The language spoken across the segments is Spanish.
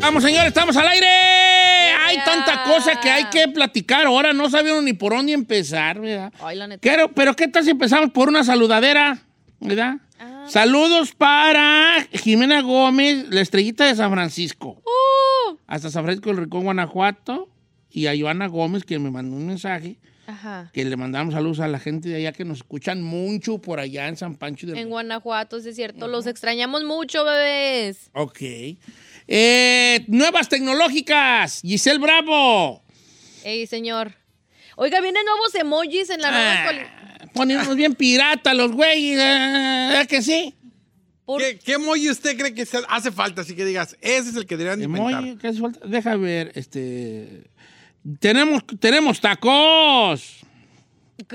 Vamos, señores, estamos al aire. Hay tanta cosa que hay que platicar. Ahora no sabieron ni por dónde empezar, ¿verdad? Ay, la neta. Pero, pero ¿qué tal si empezamos por una saludadera? ¿Verdad? Saludos para Jimena Gómez, la estrellita de San Francisco. Hasta San Francisco del Rincón, Guanajuato. Y a Joana Gómez, que me mandó un mensaje, Ajá. que le mandamos saludos a la gente de allá que nos escuchan mucho por allá en San Pancho del En Guanajuato, sí es cierto. Los extrañamos mucho, bebés. Ok. Eh, nuevas tecnológicas. Giselle Bravo. Ey, señor. Oiga, vienen nuevos emojis en la nueva actuali- Ah, ponen unos bien pirata los güeyes. ah, ¿Es que sí? Por- ¿Qué, qué emoji usted cree que se- hace falta? Así que digas, ese es el que deberían inventar. Emoji, ¿qué hace falta? Deja ver, este... Tenemos, tenemos tacos.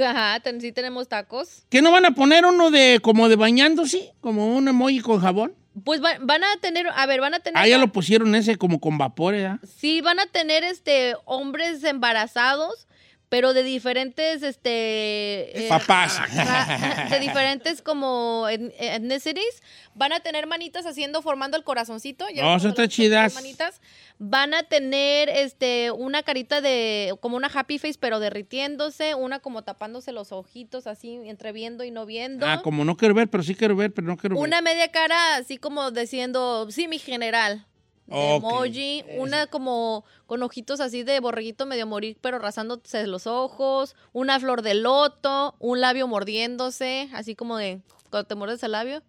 Ajá, ten- sí tenemos tacos. ¿Qué no van a poner uno de como de bañándose? Como un emoji con jabón. Pues va- van a tener, a ver, van a tener. Ah, ya lo pusieron ese como con vapor, ¿eh? Sí, van a tener este hombres embarazados, pero de diferentes, este. eh, Papás. ra- de diferentes como en- ethnicities. Van a tener manitas haciendo, formando el corazoncito. ya No, eso ves cuando está las chidas. Manitas. Van a tener este una carita de, como una happy face, pero derritiéndose, una como tapándose los ojitos, así, entre viendo y no viendo. Ah, como no quiero ver, pero sí quiero ver, pero no quiero Una ver. media cara así como diciendo, sí, mi general. de Ok. Emoji, una como con ojitos así de borreguito medio morir, pero rasándose los ojos, una flor de loto, un labio mordiéndose, así como de cuando te muerdes el labio.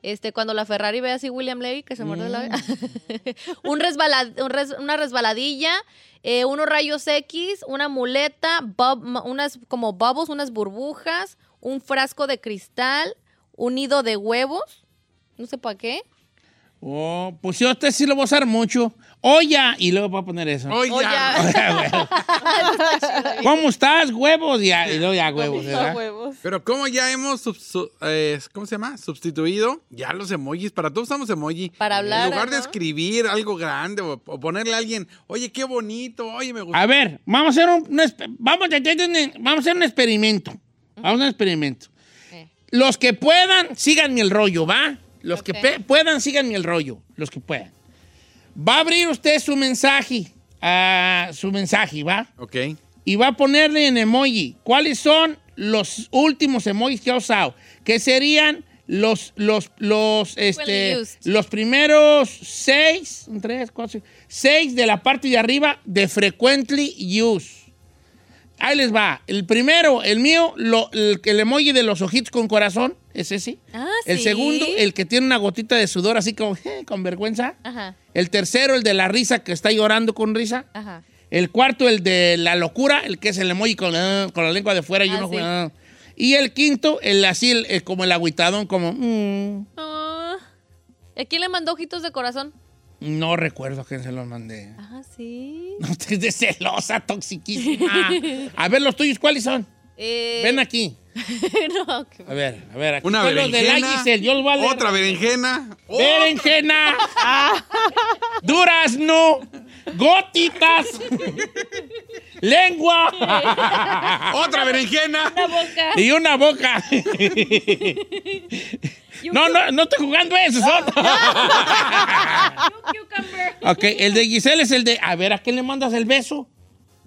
Este, cuando la Ferrari ve así William Levy que se muerde el labio. un resbala- un res- una resbaladilla, eh, unos rayos X, una muleta, bub- ma- unas como bubbles, unas burbujas, un frasco de cristal, un nido de huevos, no sé para qué. Oh, pues yo a este sí lo voy a usar mucho. Olla. Y luego voy a poner eso. Oye, O ya. ¿Cómo estás, huevos? Ya, y luego ya, huevos, ¿verdad? Pero como ya hemos, sub- su- eh, ¿cómo se llama? Substituido ya los emojis, para todos usamos emoji. Para hablar, En lugar de ¿no? escribir algo grande o, o ponerle a alguien, oye, qué bonito, oye, me gusta. A ver, vamos a hacer un, un espe- vamos, a hacer un- vamos a hacer un experimento. Vamos a hacer un experimento. Eh. Los que puedan, síganme el rollo, ¿va? Los que Ok. pe- puedan, síganme el rollo. Los que puedan. Va a abrir usted su mensaje. ah, su mensaje, ¿va? Ok. Y va a ponerle en emoji. ¿Cuáles son los últimos emojis que ha usado? Que serían los, los, los, este, used. los primeros seis, un, tres, cuatro, cinco, seis de la parte de arriba de frequently use. Ahí les va. El primero, el mío, lo- el, el emoji de los ojitos con corazón, es ese. Ah, el sí. segundo, el que tiene una gotita de sudor así como con vergüenza. Ajá, El tercero, el de la risa que está llorando con risa. ajá. El cuarto, el de la locura, el que es el emoji con la, con la lengua de fuera y Ah, uno. sí. ah. Y el quinto, el así, el- el como el agüitadón, como. mm, Ah. ¿Y ¿A quién le mandó ojitos de corazón? no recuerdo a quién se los mandé. Ah, sí. No estés de celosa, toxiquísima. A ver, los tuyos, ¿cuáles son? Eh, Ven aquí. no, que- A ver, a ver. Aquí. Una son los de la berenjena. Giselle, yo los voy a leer. Otra berenjena. Otra. Berenjena. Durazno. Góticas. Lengua. Otra berenjena. La boca. Y una boca. no, no, no estoy jugando eso. son- Cucumber. ok, el de Giselle es el de. A ver, ¿a qué le mandas el beso?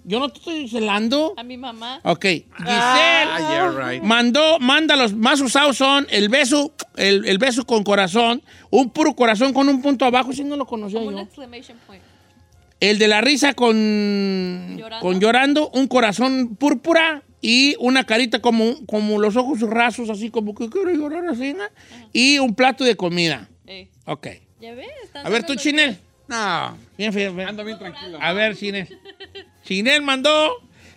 Yo no te estoy celando. A mi mamá. Ok. Ah, Giselle yeah, right. mandó, manda los más usados son el beso, el, el beso con corazón, un puro corazón con un punto abajo, si no lo conocía Como un yo. exclamation point. El de la risa con Llorando. con llorando, un corazón púrpura y una carita como, como los ojos rasos, así como que quiero llorar así, ¿no? Y un plato de comida. Ey. Ok. Ya ves. están A ver tú, sacando- Chinel. No, Bien, bien, bien. ando bien tranquilo. A ver, Chinel. Chinel mandó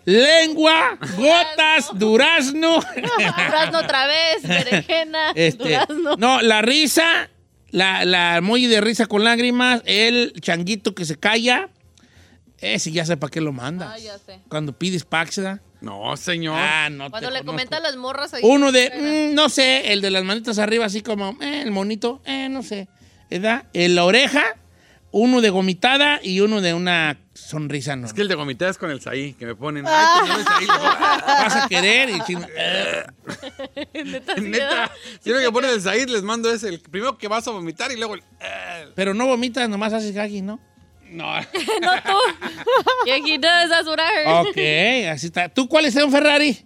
lengua, gotas, durazno. Durazno otra vez, berenjena, Este, durazno. No, la risa, la, la emoji de risa con lágrimas, el changuito que se calla. Ese ya sé para qué lo mandas. Ah, ya sé. Cuando pides Paxda. No, señor. Ah, no te Cuando le conozco. comentan las morras ahí. Uno de, mm, no sé, el de las manitas arriba, así como, eh, el monito, eh, no sé. ¿Verdad? El la oreja, uno de gomitada y uno de una sonrisa. No. Es que el de gomitas es con el saí que me ponen. Ah. Ay, te llevo el saí. vas a querer y chin- eh, Neta, sí, ¿verdad? Neta, siempre que ponen el saí les mando ese. El primero que vas a vomitar y luego el. eh. Pero no vomitas, nomás haces gaggy, ¿no? No. No tú. Yeah, he does. That's what I heard. Ok, así está. ¿Tú cuál es un Ferrari?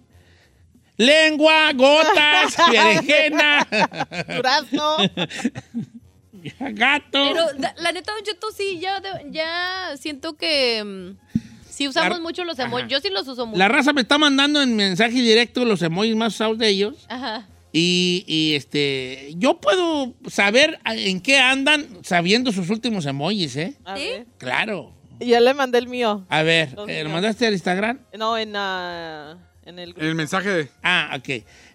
Lengua, gotas, berenjena, Durazno. gato. Pero da- la neta, Don Cheto, sí, ya, de- ya siento que mm, sí usamos La- mucho los emojis. Ajá. Yo sí los uso mucho. la raza me está mandando en mensaje directo los emojis más usados de ellos. Ah. Ajá. Y, y, este, yo puedo saber a- en qué andan sabiendo sus últimos emojis, ¿eh? A ¿Sí? ver. Claro. Ya le mandé el mío. A ver, Los eh, ¿lo míos. mandaste al Instagram? No, en, ah, en el grupo. El mensaje de. Ah, ok.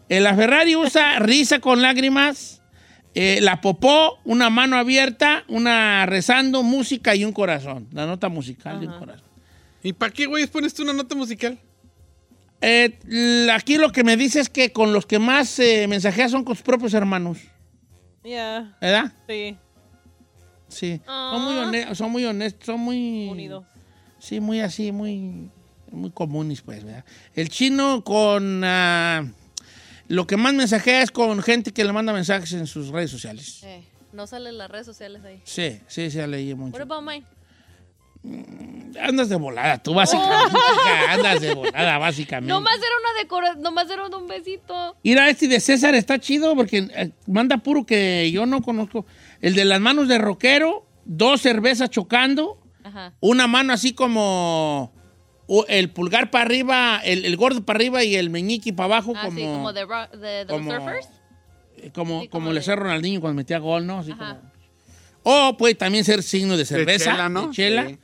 Eh, la Ferrari usa risa con lágrimas, eh, la popó, una mano abierta, una rezando, música y un corazón. La nota musical y un corazón. ¿Y para qué, güey, pones tú una nota musical? Eh, l- aquí lo que me dice es que con los que más se mensajea son con sus propios hermanos, Ya, ¿verdad? sí, Sí. Ah. Son muy honestos, son muy honestos, son muy... unido. Sí, muy así, muy, muy comunes, pues, ¿verdad? El chino con... ah, lo que más mensajea es con gente que le manda mensajes en sus redes sociales. Eh, no salen las redes sociales ahí. Sí, sí, sí, leí mucho. What about mine? Andas de volada, tú básicamente. Andas de volada, básicamente. Nomás era una decoración, nomás era un besito. Ir a este de César está chido porque eh, manda puro que yo no conozco. El de las manos de rockero, dos cervezas chocando, Ajá. una mano así como o el pulgar para arriba, el, el gordo para arriba y el meñique para abajo Ah, como... sí, como de, rock, de, de como- los surfers. eh, Como, Sí, como como le de- cerro al niño cuando metía gol, ¿no? Así Ajá. como- O puede también ser signo de cerveza, de chela, chela, ¿no? Sí.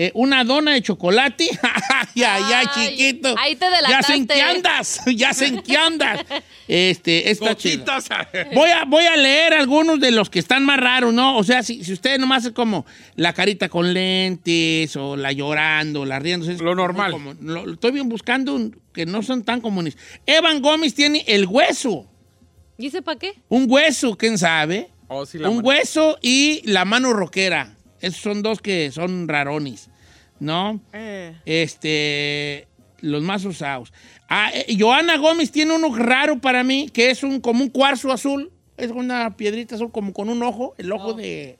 Eh, una dona de chocolate. ya, ya, Ay, chiquito. ahí te Ya sé en delataste. qué andas. ya sé en qué andas. Este, está chido. Gotitas. ah. Voy a, voy a leer algunos de los que están más raros, ¿no? O sea, si, si ustedes nomás es como la carita con lentes o la llorando, la riendo. es Lo normal. como- lo- lo estoy bien buscando un- que no son tan comunes. Evan Gómez tiene el hueso. ¿Dice para qué? Un hueso, quién sabe. Oh, sí, la un mano. hueso y la mano roquera. Esos son dos que son raronis, ¿no? Eh, Este, los más usados. Ah, eh, Joana Gómez tiene uno raro para mí, que es un, como un cuarzo azul. Es una piedrita azul como con un ojo, el Oh. ojo de...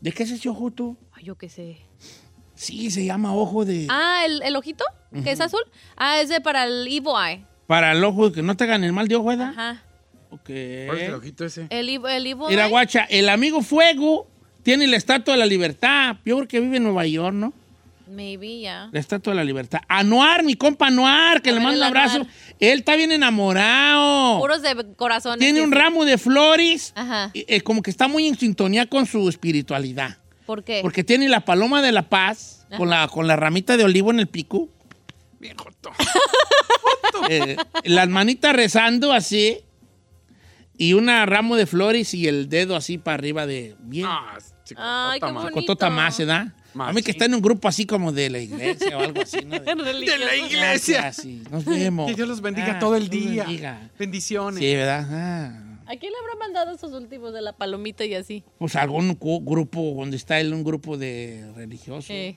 ¿De qué es ese ojo tú? Ay, yo qué sé. Sí, se llama ojo de... Ah, el, el ojito, que es azul. Ah, es de para el Evil Eye. Para el ojo, que no te hagan el mal de ojo, ¿verdad? Ajá. Ok. ¿Cuál ¿eh? es el ojito ese? El, Ev- el Evil Mira, Eye. guacha, el amigo Fuego tiene la Estatua de la Libertad. Yo creo que vive en Nueva York, ¿no? Maybe, ya. La Estatua de la Libertad. Anuar, mi compa Anuar, que A le ver, mando un el Anuar. abrazo. Él está bien enamorado. Puros de corazones. tiene sí, un sí. ramo de flores. Ajá. Eh, eh, como que está muy en sintonía con su espiritualidad. ¿Por qué? Porque tiene la paloma de la paz con la, con la ramita de olivo en el pico. Bien joto. eh, las manitas rezando así. Y una ramo de flores y el dedo así para arriba de. Bien. Ah, chico, Ay, jota, qué ma. bonito. Cotota más, ¿verdad? A mí que Machín. está en un grupo así como de la iglesia o algo así, ¿no? De- De la iglesia. Gracias, sí. Nos vemos. Que Dios los bendiga Ah, todo el Dios los día. bendiga. Bendiciones. Sí, ¿verdad? Ah. ¿A quién le habrá mandado esos últimos de la palomita y así? Pues algún cu- grupo donde está él, un grupo de religiosos, Eh,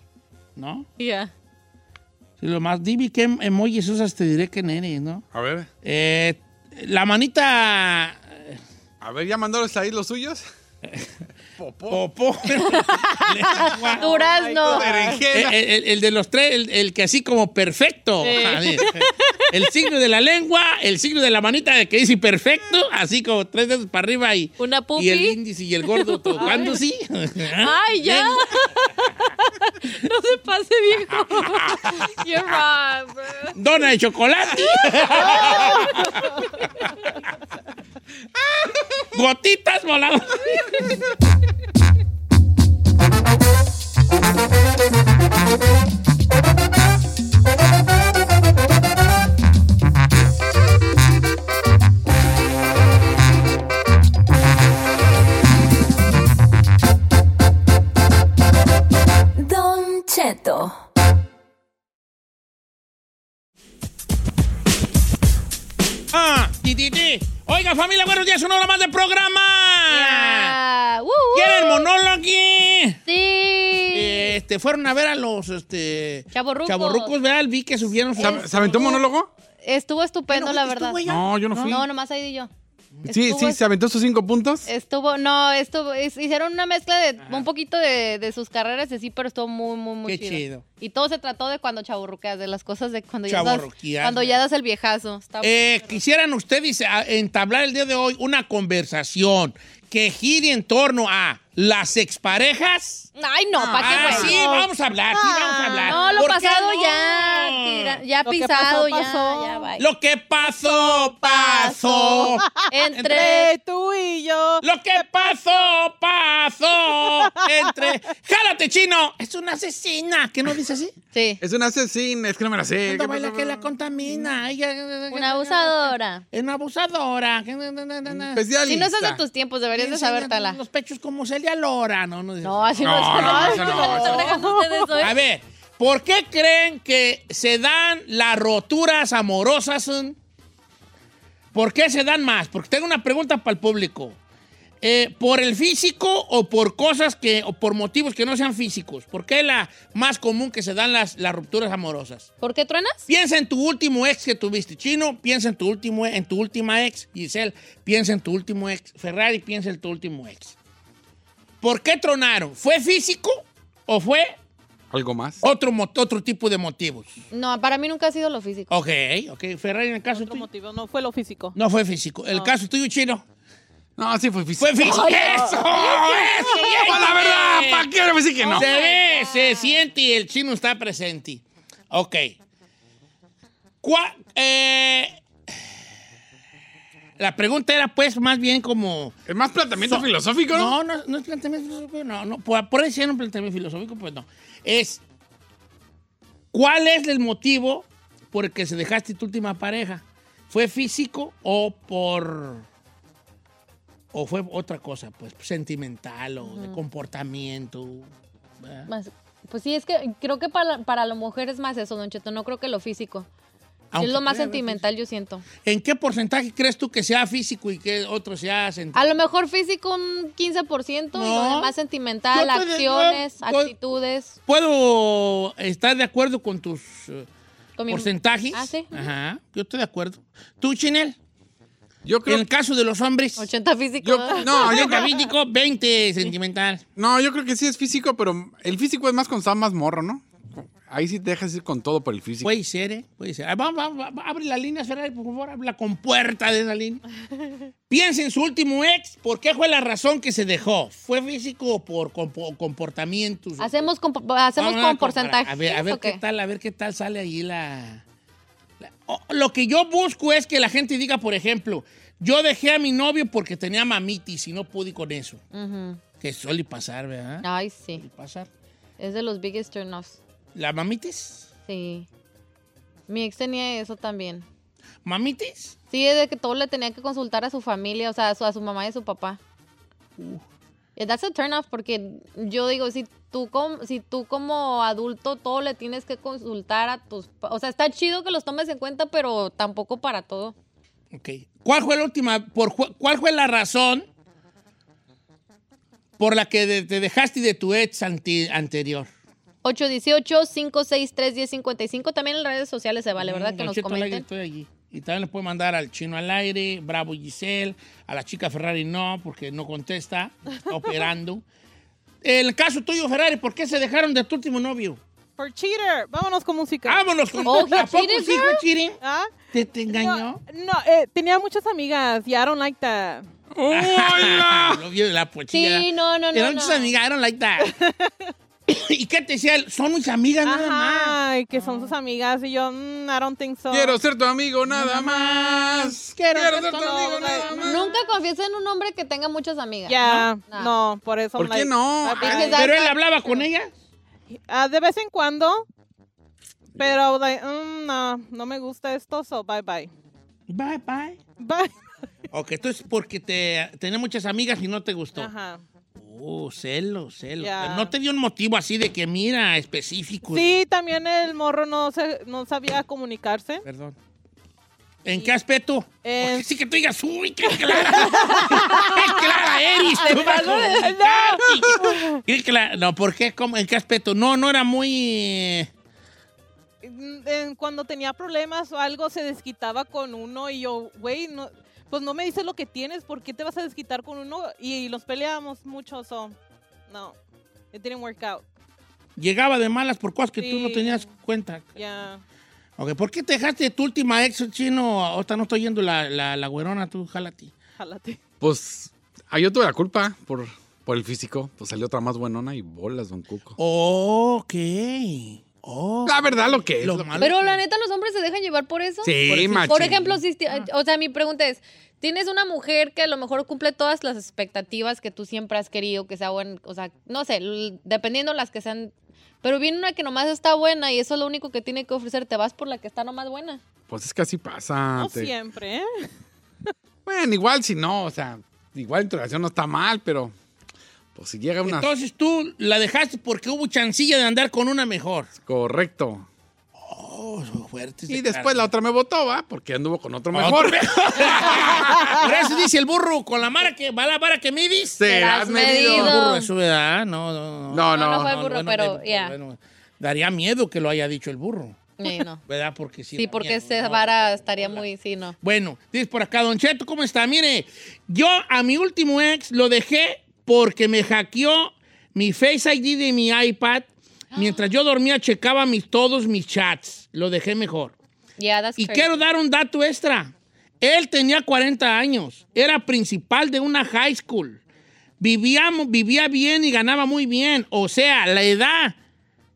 ¿no? ya. Sí, lo más, dime qué em- emojis usas, te diré quién eres, ¿no? A ver, Eh, la manita... a ver, ¿ya mandaron ahí los suyos? Popó. Popó. Lengua. Durazno. El, Berenjena. el- el de los tres, el, el que así como perfecto. Sí. A ver, El signo de la lengua, el signo de la manita que dice perfecto, así como tres dedos para arriba y, Una pupi. y el índice y el gordo tocando sí. Ay, ya. no se pase, viejo. You're right, bro. Dona de chocolate. Gotitas voladas. Don Cheto. Ah, ti, ti, ti. Oiga, familia, buenos días, una hora más de programa. Ah, woo, woo. ¿Quieren monólogo? Eh, Sí. Este, fueron a ver a los este, Chavorrucos. chavorrucos, ¿verdad? Vi que subieron su... ¿Se se aventó un monólogo? eh, Estuvo estupendo, la verdad. No, yo no fui. No, nomás ahí di yo. sí, Estuvo Eh. sí, se aventó sus cinco puntos. Estuvo, no, estuvo, his- hicieron una mezcla de un poquito de, de sus carreras, y sí, pero estuvo muy, muy, muy Qué chido. Y todo se trató de cuando chaburrucas, de las cosas de cuando ya das, Chavorruqueando. cuando ya das el viejazo. Está- Eh, quisieran ustedes a- entablar el día de hoy una conversación que gire en torno a las exparejas. Ay, no, ¿para qué, Ah, güey? sí, vamos a hablar, sí, vamos a hablar. No, lo ¿Por qué pasado no? ya, tira- ya Lo que pisado, pasó, pasó. ya, ya, bye. Lo ah, que pasó, pasó. Entre, Entre tú y yo. Lo que pasó, pasó. Entre. ¡Jálate, chino! Es una asesina. ¿Qué no dice así? sí, Es un asesino, es que no me la sé. Cuando ¿Qué baila pasó? que la contamina. Ella- una abusadora. Es una abusadora. Especialista. Si no estás de tus tiempos, deberías de sabértela. Los pechos como Celia Lora. No, no, No, así no, No, es. no, Ay, eso ¿por no, qué me eso están no. regando ustedes hoy? A ver, ¿por qué creen que se dan las roturas amorosas? eh? ¿Por qué se dan más? Porque tengo una pregunta para el público. Eh, ¿Por el físico o por cosas que, o por motivos que no sean físicos? ¿Por qué es la más común que se dan las, las rupturas amorosas? ¿Por qué truenas? Piensa en tu último ex que tuviste, Chino. Piensa en tu, último, en tu última ex, Giselle. Piensa en tu último ex, Ferrari. Piensa en tu último ex. ¿Por qué tronaron? ¿Fue físico o fue ¿Algo más? otro, mo- otro tipo de motivos. No, para mí nunca ha sido lo físico. Ok, ok. Ferrari, en el caso Otro tuyo. motivo, no fue lo físico. No fue físico. El caso tuyo, chino. No, sí fue físico. Fue físico. ¡Eso! ¡Eso! ¡Ah, la verdad! ¿Para qué decir que no? Se ve, se siente y el chino está presente. Ok. Cua- eh, la pregunta era, pues, más bien como. Es más planteamiento So- filosófico, ¿no? No, no, no es planteamiento filosófico, no, no. Por, por decir un planteamiento filosófico, pues no. Es, ¿cuál es el motivo por el que se dejaste tu última pareja? ¿Fue físico o por... o fue otra cosa, pues, sentimental o de comportamiento? ¿verdad? Más- pues sí, es que creo que para, para la mujer es más eso, Don Cheto. No creo que lo físico. Aunque es lo más puede haber sentimental, yo siento. físico. ¿En qué porcentaje crees tú que sea físico y que otro sea A sentimental? lo mejor físico un 15% y No. lo demás sentimental, Yo estoy de- acciones, yo- yo- actitudes. Puedo estar de acuerdo con tus eh, Con mi- porcentajes. Ah, sí. Ajá, yo estoy de acuerdo. ¿Tú, Chinel? Yo En creo. el caso de los hombres, 80 físico. Yo, ¿verdad? no, yo, 80 físico, 20 sentimental. no, yo creo que sí es físico, pero el físico es más cuando está más morro, ¿no? Ahí sí te dejas ir con todo por el físico. Puede ser, ¿eh? Puede ser. Ah, Vamos, vamos, vamos, abre la línea, Ferrari, por favor, abre la compuerta de esa línea. Piensa en su último ex, ¿por qué fue la razón que se dejó? ¿Fue físico o por compo- comportamientos? Hacemos con, hacemos Vamos a con comparar. porcentaje. A ver, a ver qué? tal, a ver qué tal sale ahí la... la- Oh, lo que yo busco es que la gente diga, por ejemplo, yo dejé a mi novio porque tenía mamitis y no pude con eso. Que suele pasar, ¿verdad? Ay, sí. Suele pasar. Es de los biggest turn-offs. ¿La mamitis? Sí. Mi ex tenía eso también. ¿Mamitis? Sí, es de que todo le tenía que consultar a su familia, o sea, a su, a su mamá y a su papá. Y That's a turn off porque yo digo, si tú, com- si tú como adulto todo le tienes que consultar a tus... pa- O sea, está chido que los tomes en cuenta, pero tampoco para todo. Ok. ¿Cuál fue la última? Por, cu- ¿Cuál fue la razón por la que de- te dejaste de tu ex anti- anterior? 818-563-1055. También en las redes sociales se vale, ¿verdad? Que Don nos Cheto al aire, comenten. estoy allí. Y también le puede mandar al chino al aire, Bravo Giselle, a la chica Ferrari no, porque no contesta, está operando. El caso tuyo, Ferrari, ¿por qué se dejaron de tu último novio? Por cheater. Vámonos con música. Vámonos con Oh, he ¿A poco cheated, sí fue girl? cheating? ¿Ah? ¿Te, te engañó? No, no, eh, tenía muchas amigas. Yeah, I don't like that. ¡Hola! Lo vio Ah, de la pochilla. Sí, no, no, no, Eran no. sus amigas, eran like that. ¿Y qué te decía él? Son mis amigas nada más. Ajá, y que son sus amigas. Y yo, mm, I don't think so. Quiero ser tu amigo nada más. Quiero Quiero, ser ser tu tu amigo, amigo nada más. Nunca confíes en un hombre que tenga muchas amigas. Yeah, No, no, por eso. ¿Por like- qué no? I think Ay, it's ¿Pero that- él hablaba con ella? Ah, de vez en cuando. Pero, like, mm, no, no me gusta esto, so bye bye. Bye, bye. Bye. Ok, entonces porque te, tenía muchas amigas y no te gustó. Ajá. Oh, celos, celos. Ya. No te dio un motivo así de que mira, específico. Sí, también el morro no, se, no sabía comunicarse. Perdón. ¿En qué aspecto? Eh, Porque sí que tú digas, uy, qué clara. qué clara eres. tú, Marco. Qué clara. No, ¿por qué? ¿Cómo? ¿En qué aspecto? No, no era muy... eh, Mm, en- Cuando tenía problemas o algo, se desquitaba con uno y yo, güey, no, pues no me dices lo que tienes, ¿por qué te vas a desquitar con uno? Y los peleábamos mucho, so, no, it didn't work out. Llegaba de malas por cosas que tú no Sí. tenías cuenta. Ya. Ok, ¿por qué te dejaste de tu última ex chino? Ahorita no estoy yendo la, la, la güerona, tú jálate. Jálate. Pues ah, yo tuve la culpa por, por el físico. Pues salió otra más buenona y bolas, don Cuco. Ok. Oh. La verdad, lo que es. Lo lo- malo Pero que- la neta, los hombres se dejan llevar por eso. Sí, machín. Por ejemplo, si, ti- o sea, mi pregunta es, tienes una mujer que a lo mejor cumple todas las expectativas que tú siempre has querido, que sea buena, o sea, no sé, l- dependiendo las que sean, pero viene una que nomás está buena y eso es lo único que tiene que ofrecer, te vas por la que está nomás buena. Pues es que así pasa. No te- siempre, ¿eh? Bueno, igual si no, o sea, igual en tu relación no está mal, pero pues si llega una. Entonces tú la dejaste porque hubo chancilla de andar con una mejor. Correcto. Oh, son fuertes. Y después la otra me votó, ¿va? Porque anduvo con otro mejor. mejor. Por eso dice el burro, con la mara que va la vara que midis. Serás Serás medido. medido. burro eso, ¿verdad? No, no, no. No, No, no no. fue el burro, bueno, pero de- ya. bueno, daría miedo que lo haya dicho el burro, Sí, no. ¿verdad? Porque sí. Sí, da porque miedo, esa ¿no? vara estaría muy, sí, no. Bueno, dice por acá, Don Cheto, ¿cómo está? Mire, yo a mi último ex lo dejé porque me hackeó mi Face ID de mi iPad. Mientras yo dormía, checaba mis, todos mis chats. Lo dejé mejor. Yeah, that's Y crazy. quiero dar un dato extra. Él tenía 40 años, era principal de una high school. Vivíamos, vivía bien y ganaba muy bien. O sea, la edad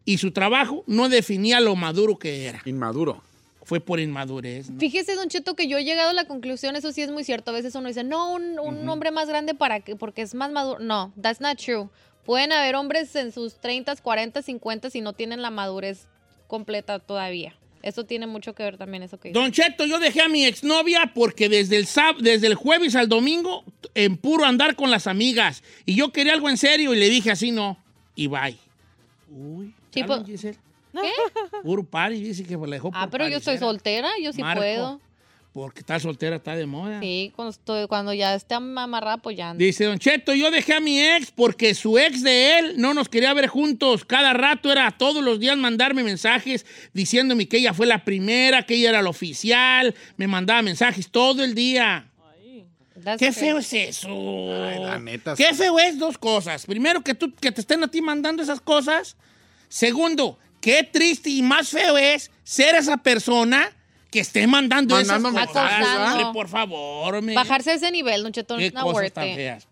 y su trabajo no definía lo maduro que era. Inmaduro. Fue por inmadurez. ¿no? Fíjese, Don Cheto, que yo he llegado a la conclusión, eso sí es muy cierto. A veces uno dice, no, un, un hombre más grande para que, porque es más maduro. No, that's not true. Pueden haber hombres en sus 30, 40, 50 y no tienen la madurez completa todavía. Eso tiene mucho que ver también, eso que dice. Don Cheto, yo dejé a mi exnovia porque desde el, sáb- desde el jueves al domingo en puro andar con las amigas. Y yo quería algo en serio y le dije así no. Y bye. Uy, Sí, ¿saben, po- Giselle? ¿Qué? Puro party, dice que la dejó Ah, por pero yo estoy parisera. soltera, yo sí Marco, puedo. Porque está soltera, está de moda. Sí, cuando, estoy, cuando ya esté amarrada, pues ya. ando. Dice Don Cheto, yo dejé a mi ex porque su ex de él no nos quería ver juntos. Cada rato era todos los días mandarme mensajes diciéndome que ella fue la primera, que ella era la oficial. Me mandaba mensajes todo el día. That's Qué crazy. feo es eso. Ay, la neta, Qué sí. feo es dos cosas. Primero, que, tú, que te estén a ti mandando esas cosas. Segundo, qué triste y más feo es ser esa persona que esté mandando, Mandando esas cosas. mensajes, ¿verdad? Hombre, por favor, hombre. Bajarse a ese nivel, Don Cheto, Qué no cosas worth tan it, feas.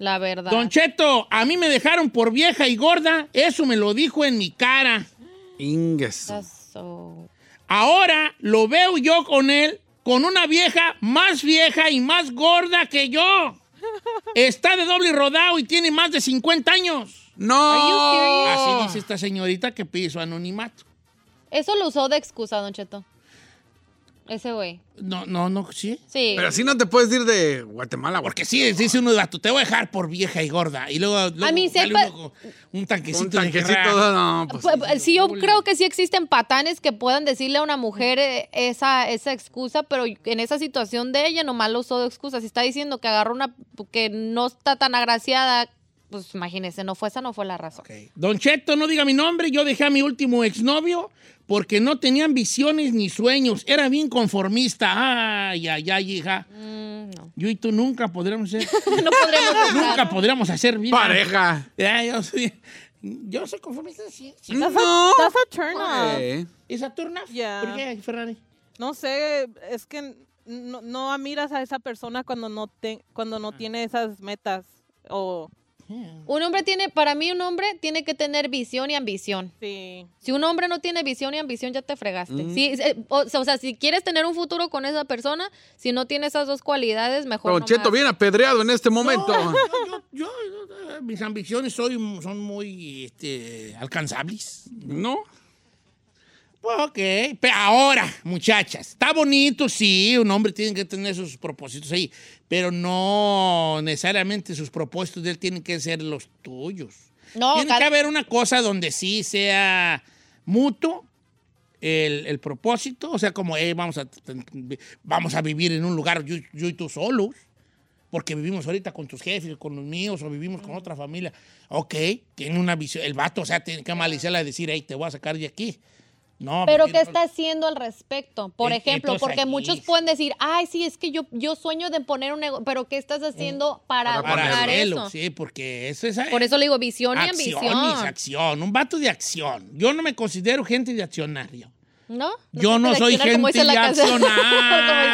La verdad. Don Cheto, a mí me dejaron por vieja y gorda. Eso me lo dijo en mi cara. Ingues. That's so- Ahora lo veo yo con él, con una vieja más vieja y más gorda que yo. Está de doble rodado y tiene más de 50 años. ¡No! Oh. Así dice esta señorita que pide su anonimato. Eso lo usó de excusa, Don Cheto. Ese güey. No, no, no, sí. Sí. Pero así no te puedes ir de Guatemala, Porque porque sí, dice uno, "Dato, te voy a dejar por vieja y gorda. Y luego, luego A mí sale sepa- uno con un tanquecito. un de tanquecito, guerra. no, pues. Pu- pu- sí, yo creo que sí existen patanes que puedan decirle a una mujer eh, esa, esa excusa, pero en esa situación de ella nomás lo usó de excusa. Si está diciendo que agarró una que no está tan agraciada, Pues imagínese, no fue esa, no fue la razón. Ok. Don Cheto, no diga mi nombre. Yo dejé a mi último exnovio porque no tenía ambiciones ni sueños. Era bien conformista. Ay, ay, ay, hija. Mm, no. Yo y tú nunca podríamos ser. No podríamos nunca podríamos hacer vida. Pareja. Ya, yo soy. Yo soy conformista, sí. sí. That's, No. a, that's a turn off. Eh, ¿Y Saturna? Ya. ¿Por qué, Ferrari? No sé, es que no, no admiras a esa persona cuando no, te, cuando no tiene esas metas. O, Un hombre tiene, para mí un hombre tiene que tener visión y ambición. sí. Si un hombre no tiene visión y ambición, ya te fregaste. Mm. Sí, eh, o, o sea, si quieres tener un futuro con esa persona, si no tiene esas dos cualidades, mejor Don no Cheto, más. bien apedreado en este momento. Yo, yo- yo- eh, mis ambiciones soy, son muy este, alcanzables. No. Pues, Ok, pero ahora, muchachas, está bonito, sí, un hombre tiene que tener sus propósitos ahí, pero no necesariamente sus propósitos de él tienen que ser los tuyos. No, tiene que cada- haber una cosa donde sí sea mutuo el, el propósito, o sea, como eh, vamos, a, vamos a vivir en un lugar yo, yo y tú solos, porque vivimos ahorita con tus jefes, con los míos, o vivimos con otra familia. Ok, tiene una visión, el vato, o sea, tiene que amaliciarla de decir, hey, te voy a sacar de aquí. No, Pero porque ¿qué no- está haciendo al respecto? Por Eh, ejemplo, entonces porque ahí muchos es. pueden decir, ay, sí, es que yo, yo sueño de poner un negocio, pero ¿qué Eh, estás haciendo para, para lograr ponerlo, eso? Sí, porque eso es... Por eso le digo visión y acciones, ambición. acción, un vato de acción. Yo no me considero gente de accionario. ¿No? Yo no soy accionar como gente dice la de canción. accionar.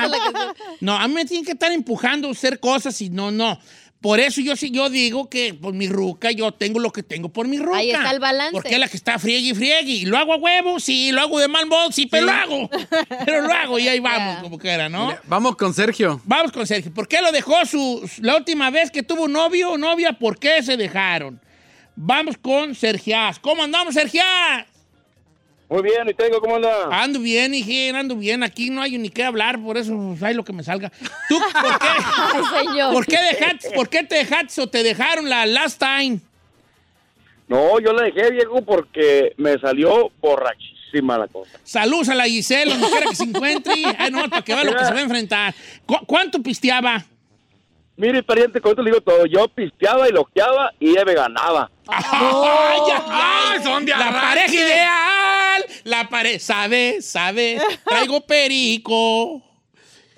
Como dice la canción. No, a mí me tienen que estar empujando a hacer cosas y no, no. Por eso yo sí, yo digo que por mi ruca yo tengo lo que tengo por mi ruca. Ahí está el balance. Porque es la que está friegue y friegue. Y lo hago a huevo, sí, lo hago de mal modo, sí, pero lo hago. Pero lo hago y ahí vamos, Ya. como que era, ¿no? Mira, Vamos con Sergio. Vamos con Sergio. ¿Por qué lo dejó su, su- la última vez que tuvo novio o novia? ¿Por qué se dejaron? Vamos con Sergiás. ¿Cómo andamos, Sergiás? Muy bien, ¿y tengo cómo anda? Ando bien, hijín, ando bien. Aquí no hay ni qué hablar, por eso pues, hay lo que me salga. ¿Tú por qué? Ay, señor. ¿Por qué, dejaste, ¿Por qué te dejaste o te dejaron la last time? No, yo la dejé, viejo, porque me salió borrachísima la cosa. Saludos a la Gisela, donde quiera que se encuentre. Ay, no, para que vea lo que se va a enfrentar. ¿Cu- ¿Cuánto pisteaba? Mire, pariente, con esto le digo todo. Yo pisteaba y loqueaba y ella me ganaba. ¡Ay, ay, ay! ¡Ay, Ah, son de ¡La arranque! pareja ideal! La pareja, sabe, sabe, traigo perico.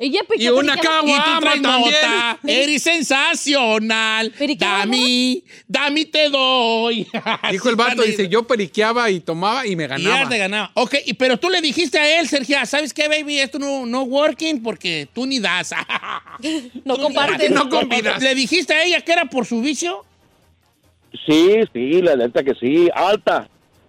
Y, ya, pues, Y ya, una pues, ya. cagua. Y tú traes Guama también. nota, eres sensacional. ¿Pero y qué Dami, dami te doy. Dijo el vato, dice, yo periqueaba y tomaba y me Y ya ganaba. te ganaba. Ok, y- pero tú le dijiste a él, Sergio, ¿sabes qué, baby? Esto no, no working porque tú ni das. No Tú ni compartes. das. No combinas. ¿Le dijiste a ella que era por su vicio? Sí, sí, la neta que sí. Alta,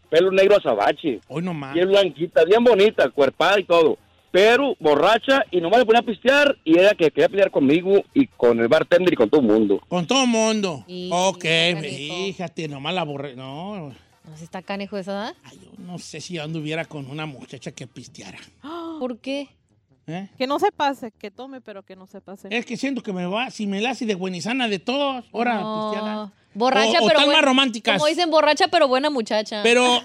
pelo negro azabache, Hoy no más. bien blanquita, bien bonita, cuerpada y todo. Pero borracha y nomás le ponía a pistear y era que quería pelear conmigo y con el bartender y con todo el mundo. Con todo mundo. Sí, ok, canijo. fíjate, nomás la borré. No, No, si está canejo esa edad. ay, yo no sé si yo anduviera con una muchacha que pisteara. ¿Por qué? ¿eh? Que no se pase, que tome, pero que no se pase. Es que siento que me va, si me la hace de buenizana de todos, ahora No. pisteada. Borracha, O- o pero. tal buena- más románticas. Como dicen, borracha, pero buena muchacha. Pero,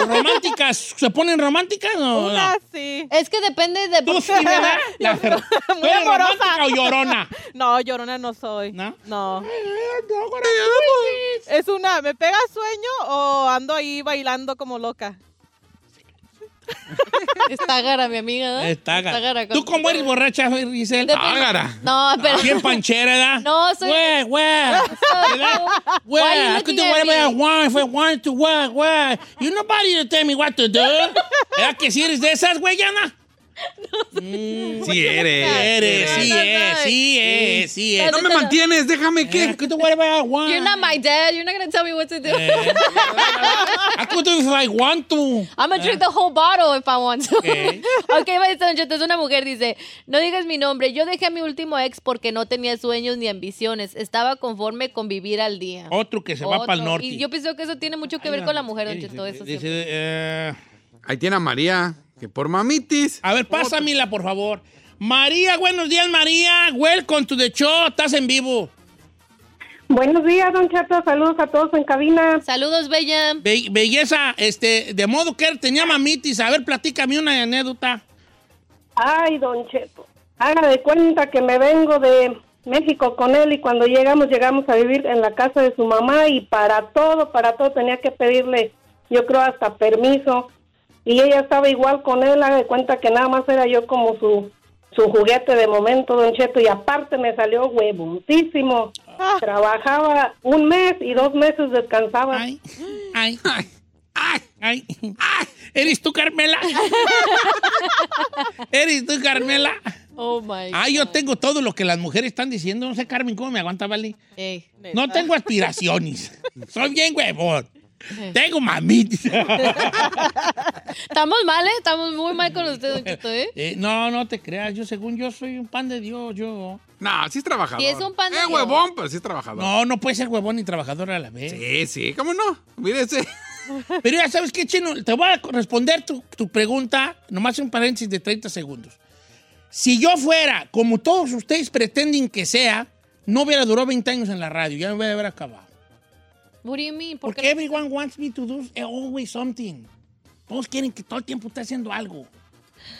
¿románticas? ¿Se ponen románticas o no? Una sí. es que depende de. Tú sí, ¿verdad? La verdad. ¿Tú Muy eres amorosa. romántica o llorona? No, llorona no soy. ¿No? Eh, No. No, Es una, ¿me pega sueño o ando ahí bailando como loca? Está gara, mi amiga, ¿verdad? Está gaga. gara Eh, con- ¿Tú cómo eres borracha, Giselle? Depende- Ágara. No, pero. Bien panchera, ¿verdad? No, soy- Güey, güey. ¿Verdad? Güey, Why are you I could looking do at whatever me? I want if I want to, why, why? You nobody to tell me what to do. ¿Verdad que si eres de esas, güey, Yana? Sí eres. Eres, no, sí no, es, no. sí es, sí es. No me mantienes, déjame I Eh. que. could do whatever I want. You're not my dad. You're not going to tell me what to do. Eh, I could do if I want to. I'm going to drink the whole bottle if I want to. eh. Ok. ok, maestra Don Cheto, es una mujer, dice, no digas mi nombre, yo dejé a mi último ex porque no tenía sueños ni ambiciones, estaba conforme con vivir al día. Otro que se va Otro. para el norte. Y yo pienso que eso tiene mucho que ver con la mujer, Don Cheto, eso Dice, siempre. eh, Ahí tiene a María, que por mamitis. A ver, pásamela, por favor. María, buenos días, María. Welcome to the show. Estás en vivo. Buenos días, don Chato. Saludos a todos en cabina. Saludos, Bella. Be- belleza, este, de modo que él tenía mamitis. A ver, platícame una anécdota. Ay, don Cheto. Haga de cuenta que me vengo de México con él y cuando llegamos, llegamos a vivir en la casa de su mamá y para todo, para todo tenía que pedirle, yo creo, hasta permiso. Y ella estaba igual con él, haga de cuenta que nada más era yo como su, su juguete de momento, don Cheto, y aparte me salió huevoncísimo. Trabajaba un mes y dos meses descansaba. Ay, ay, ay, ay. ¿Eres tú, Carmela? ¿Eres tú, Carmela? Oh my Ah, yo tengo todo lo que las mujeres están diciendo. No sé, Carmen, ¿cómo me aguanta, Vale? Ey. No tengo aspiraciones. Soy bien huevón. Tengo mamita. Estamos mal, ¿eh? Estamos muy mal con usted, Don Cheto, ¿eh? Eh, no, no te creas. Yo, según yo, soy un pan de Dios. Yo. No, sí es trabajador. Sí, es un pan de Es Dios. huevón, pero sí es trabajador. No, no puede ser huevón ni trabajador a la vez. Sí, sí, ¿cómo no? Mírese. Pero ya sabes qué, Chino, te voy a responder tu, tu pregunta, nomás un paréntesis de 30 segundos. Si yo fuera, como todos ustedes pretenden que sea, no hubiera durado 20 años en la radio, ya me hubiera haber acabado. What do you mean? ¿Por Porque qué? everyone wants me to do eh, always something. Todos quieren que todo el tiempo esté haciendo algo.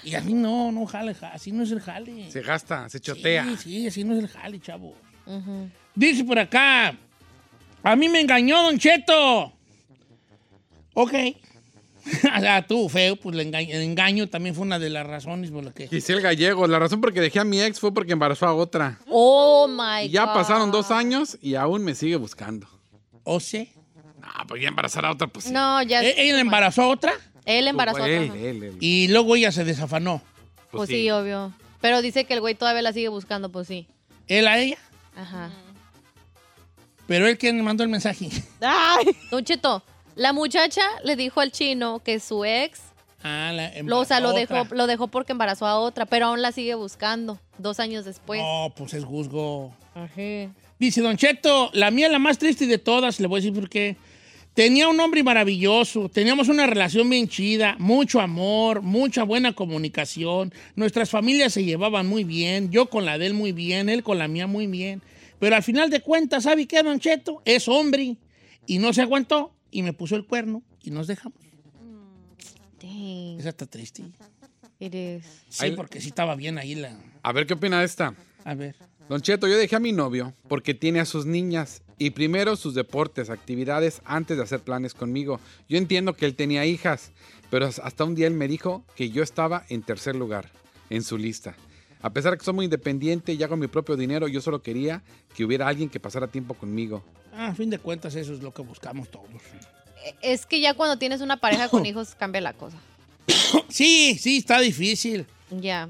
Y a mí no, no jale, ja- así no es el jale. Se gasta, se chotea. Sí, sí, así no es el jale, chavo. Dice por acá, a mí me engañó Don Cheto. Ok. o sea, tú, feo, pues el engaño, el engaño también fue una de las razones por las que... Giselle Gallegos, la razón por que dejé a mi ex fue porque embarazó a otra. Oh my Y ya God. pasaron dos años y aún me sigue buscando. O sea, Ah, pues ya embarazar a otra, pues sí. No, ya. e- ella embarazó a otra Él embarazó a Pues, otra. él, ajá. él, él. y luego ella se desafanó. Pues Pues sí, obvio. Pero dice que el güey todavía la sigue buscando, pues sí. Él a ella, Ajá. pero él quien mandó el mensaje. Ay, Don Cheto, la muchacha le dijo al chino que su ex Ah, la lo, o sea, embarazó lo, a dejó, otra. lo dejó porque embarazó a otra, pero aún la sigue buscando dos años después. No, pues es juzgo. Ajá. Dice Don Cheto, la mía la más triste de todas, le voy a decir por qué. Tenía un hombre maravilloso, teníamos una relación bien chida, mucho amor, mucha buena comunicación, nuestras familias se llevaban muy bien, yo con la de él muy bien, él con la mía muy bien. Pero al final de cuentas, ¿sabe qué, Don Cheto? Es hombre y no se aguantó y me puso el cuerno y nos dejamos. Dang, Esa está triste. it is. Sí, Ahí- porque sí estaba bien ahí la... A ver qué opina esta. A ver. Don Cheto, yo dejé a mi novio porque tiene a sus niñas y primero sus deportes, actividades antes de hacer planes conmigo. Yo entiendo que él tenía hijas, pero as- hasta un día él me dijo que yo estaba en tercer lugar en su lista. A pesar que soy muy independiente y hago mi propio dinero, yo solo quería que hubiera alguien que pasara tiempo conmigo. Ah, a fin de cuentas, eso es lo que buscamos todos. E- Es que ya cuando tienes una pareja con hijos cambia la cosa. Sí, sí, está difícil. Ya.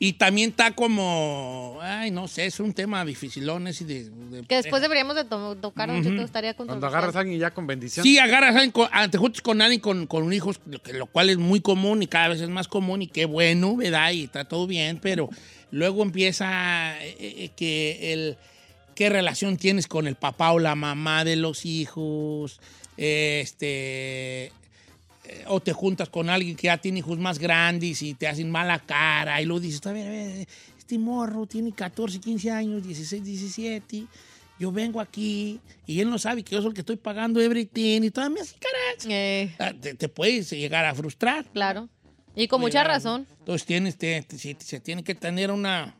Y también está como, ay, no sé, es un tema dificilón ese de... de- Que después deberíamos de to- tocar un chito, estaría Cuando agarras a controversial. alguien ya con bendición. Sí, agarras a alguien con- ah, te juntas con alguien con, con hijos, lo, que- lo cual es muy común y cada vez es más común y qué bueno, ¿verdad? Y está todo bien, pero luego empieza eh, eh, que el... ¿Qué relación tienes con el papá o la mamá de los hijos? Este... eh, o te juntas con alguien que ya tiene hijos más grandes y te hacen mala cara y luego dices, a ver, a ver, este morro tiene 14, 15 años, 16, 17, yo vengo aquí y él no sabe que yo soy el que estoy pagando everything y todavía me hace caras. Eh, Ah, Te, te puedes llegar a frustrar. claro. Y con mucha Llegar a- razón. Entonces tienes, te- te- se, se tiene que tener una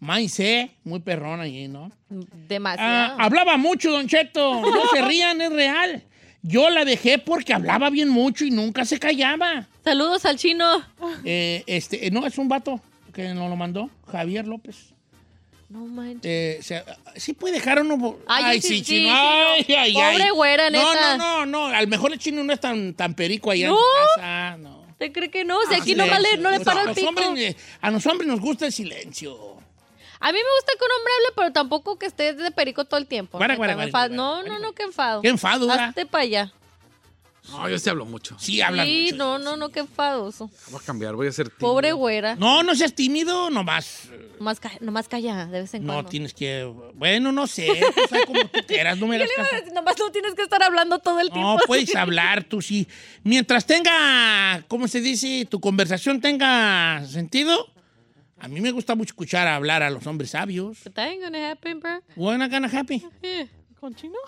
mindset muy perrona allí, ¿no? Ah, Demasiado. hablaba mucho, Don Cheto. No se rían, es real. Yo la dejé porque hablaba bien mucho y nunca se callaba. Saludos al chino. Eh, este, eh, no, es un vato que nos lo mandó, Javier López. No manches. Eh, se- sí puede dejar uno. bo- Ay, sí, sí, sí, Ay, no. ay, Pobre ay. güera, no, neta. No, no, no. A lo mejor el chino no es tan, tan perico allá No. en su casa. No. ¿Te cree que no? Si Ah, aquí no, Silencio. vale, no le Los- para el los pico. hombres, eh, a los hombres nos gusta el silencio. A mí me gusta que un hombre hable, pero tampoco que esté de perico todo el tiempo. Guara, Neta, guara, me guara, enfado. guara, no, guara, no, guara. no, qué enfado. Qué enfado, ¿verdad? Hazte para allá. No, yo sí hablo mucho. Sí, hablan sí, mucho. no, no, no, qué enfadoso. Voy a cambiar, voy a ser tímido. Pobre güera. No, no seas tímido, nomás. eh, Más ca- nomás calla de vez en No cuando. tienes que. Bueno, no sé. Tú sabes como tú quieras, no me hagas caso. Nomás no tienes que estar hablando todo el tiempo. No, puedes hablar tú sí. Mientras tenga, ¿cómo se dice? Tu conversación tenga sentido. A mí me gusta mucho escuchar hablar a los hombres sabios. But that ain't gonna happen, bro. Buena gana, happy. Eh. ¿con chino?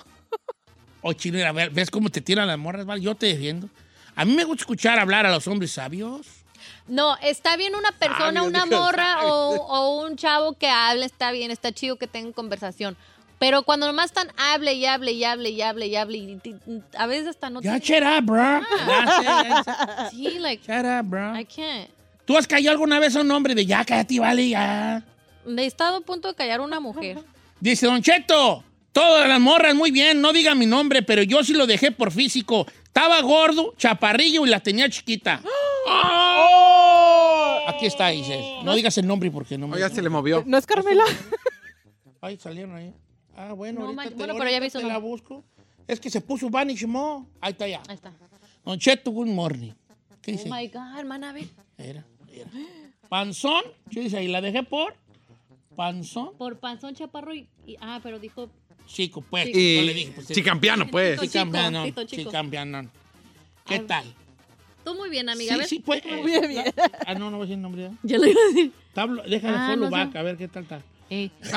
O chino, mira, ve- ¿ves cómo te tiran las morras? Val? Yo te defiendo. A mí me gusta escuchar hablar a los hombres sabios. No, está bien una persona, mira, una dije, morra ah, o, o un chavo que hable, está bien, está chido que tengan conversación. Pero cuando nomás están hable y hable y hable y hable y hable y ti- a veces hasta no Ya, tienen- shut up, bro. Ya sé, Sí, like, Shut up, bro. I can't. ¿Tú has caído alguna vez a un hombre de ya, cállate, vale, ya? Me he estado a punto de callar una mujer. Dice Don Cheto, todas las morras muy bien, no diga mi nombre, pero yo sí lo dejé por físico. Estaba gordo, chaparrillo y la tenía chiquita. Aquí está, dice. No digas el nombre porque no me. Oh, ya se le movió. ¿No es Carmela? Ay, salieron ahí. Ah, bueno, No ahorita manches, te, bueno, ahorita pero ya vi su te la nombre. busco. Es que se puso Vanish Mo. Ahí está ya. Ahí está. Don Cheto, good morning. ¿Qué dice? Oh my God, hermana, ve. Era, era. Panzón, yo dice ahí, la dejé por panzón Por panzón, chaparro y, y- Ah, pero dijo... chico, pues. Y Yo le dije, pues, sí. chicampiano, pues. Chico, Chicampiano, Tito, chico. chicampianón. ¿Qué Ay, tal? Tú muy bien, amiga. sí, ¿ves? sí, pues. eh, bien, bien. la- Ah, no, no voy a decir el nombre. ¿eh? Ya le iba a decir. Tablo, déjale Ah, follow no back, sé. Eh. a ver qué tal está. Ey. Pues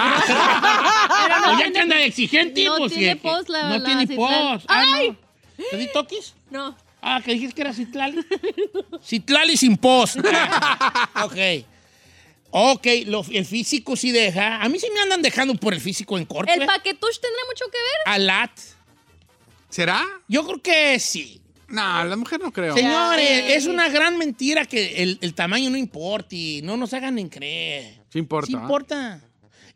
ya que anda de exigente, no pues, tiene que- post la- No la tiene Citlali. post. Ah, no. ¿Te di toquis? No. Ah, que dijiste que era Citlali. Citlali sin post. Ah, ok. Ok, lo- el físico sí deja. A mí sí me andan dejando por el físico en corto. El ¿eh? paquetush tendrá mucho que ver. A lat. ¿Será? Yo creo que sí. No, la mujer no creo. Señores, es una gran mentira que el, el tamaño no importa y no nos hagan en creer. Sí importa. Sí importa.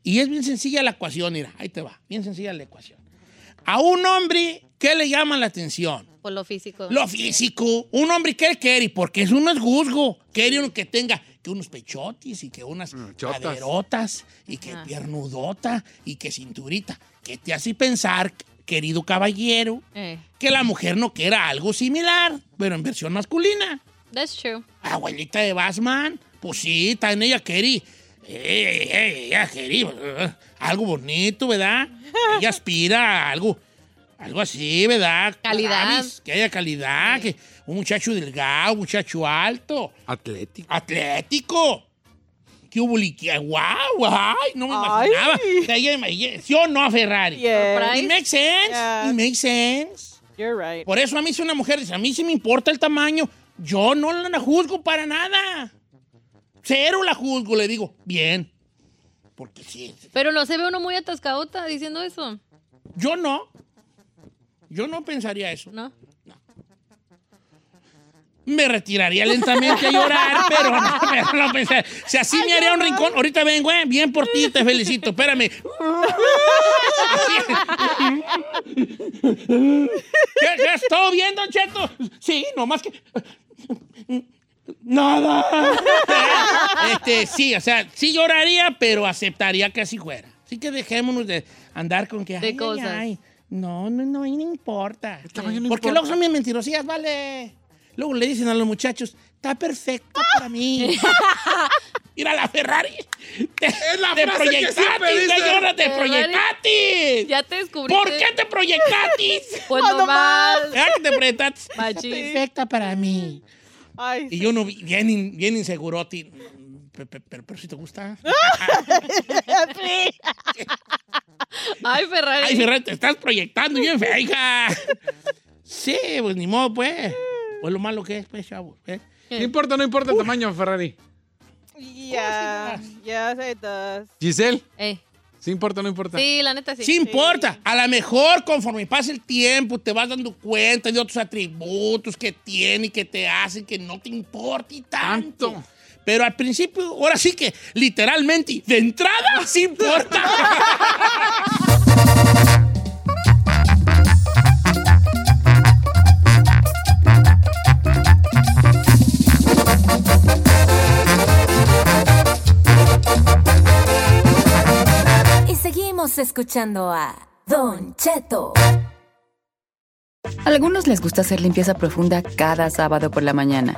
Y es bien sencilla la ecuación, mira, ahí te va, bien sencilla la ecuación. A un hombre, ¿qué le llama la atención? Por lo físico. Lo físico. Un hombre que él quiere, porque es uno es juzgo. Quiere uno que tenga que unos pechotis y que unas Mm, chotas. caderotas y que Ajá. piernudota y que cinturita. Que te hace pensar, querido caballero, Eh, que la mujer no quiera algo similar, pero en versión masculina. that's true. Abuelita de Batman, pues sí, está en ella Kerry. Eh, eh, ella Kerry, eh, algo bonito, ¿verdad? Ella aspira a algo, algo así, ¿verdad? Calidad. ¿Sabes? Que haya calidad, que un muchacho delgado, un muchacho alto, Atlético. atlético. ¡Qué buliquia! ¡Guau! ¡Ay! No me Ay. imaginaba. O sea, ella ima- ella- ¿Sí o no, Ferrari? Yes, Surprise. It makes sense. Yeah. It makes sense. you're right. Por eso a mí si una mujer dice, a mí sí me importa el tamaño, yo no la juzgo para nada. Cero la juzgo, le digo, bien. Porque sí, Pero no se ve uno muy atascadota diciendo eso, yo no. Yo no pensaría eso. ¿no? Me retiraría lentamente a llorar, pero no, pero no pensar. Si así me haría un rincón, ahorita vengo, eh, bien por ti, te felicito, espérame. ¿Qué, qué estoy viendo, Cheto? Sí, nomás que... Nada. Este, sí, o sea, sí lloraría, pero aceptaría que así fuera. Así que dejémonos de andar con que... ay, ay, cosas. ay. No, no, no, ahí no importa. tamaño no Porque importa. luego son bien mentirosillas, vale. Luego le dicen a los muchachos, está perfecto para mí. Mira la Ferrari. Te, Es la te frase que proyectatis, siempre dicen. señora, te Ferrari. proyectatis. Ya te descubrí. ¿Por qué te proyectatis? Pues nomás. ¿Verdad que te proyectatis? Machín. Perfecta para mí. Ay, Y yo no vi, bien, in- bien inseguroti. Pe- pe- Pero, pero si te gusta. Ay, Ferrari. Ay, Ferrari, te estás proyectando bien fea, hija. Sí, pues ni modo, pues. Pues lo malo que es, pues, chavo. ¿eh? No importa, no importa el tamaño, Ferrari. yeah, yes, it does. Giselle, Ey, sí importa, no importa. Eh, Sí, la neta sí. Sí, importa. A lo mejor conforme pasa el tiempo te vas dando cuenta de otros atributos que tiene y que te hacen que no te importe tanto. Tanto. Pero al principio, ahora sí que literalmente, de entrada, sí importa. Y seguimos escuchando a Don Cheto. Algunos les gusta hacer limpieza profunda cada sábado por la mañana.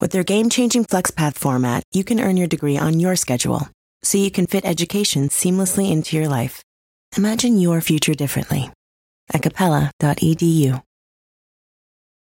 With their game changing FlexPath format, you can earn your degree on your schedule so you can fit education E seamlessly into your life. Imagine your future differently at capella.edu.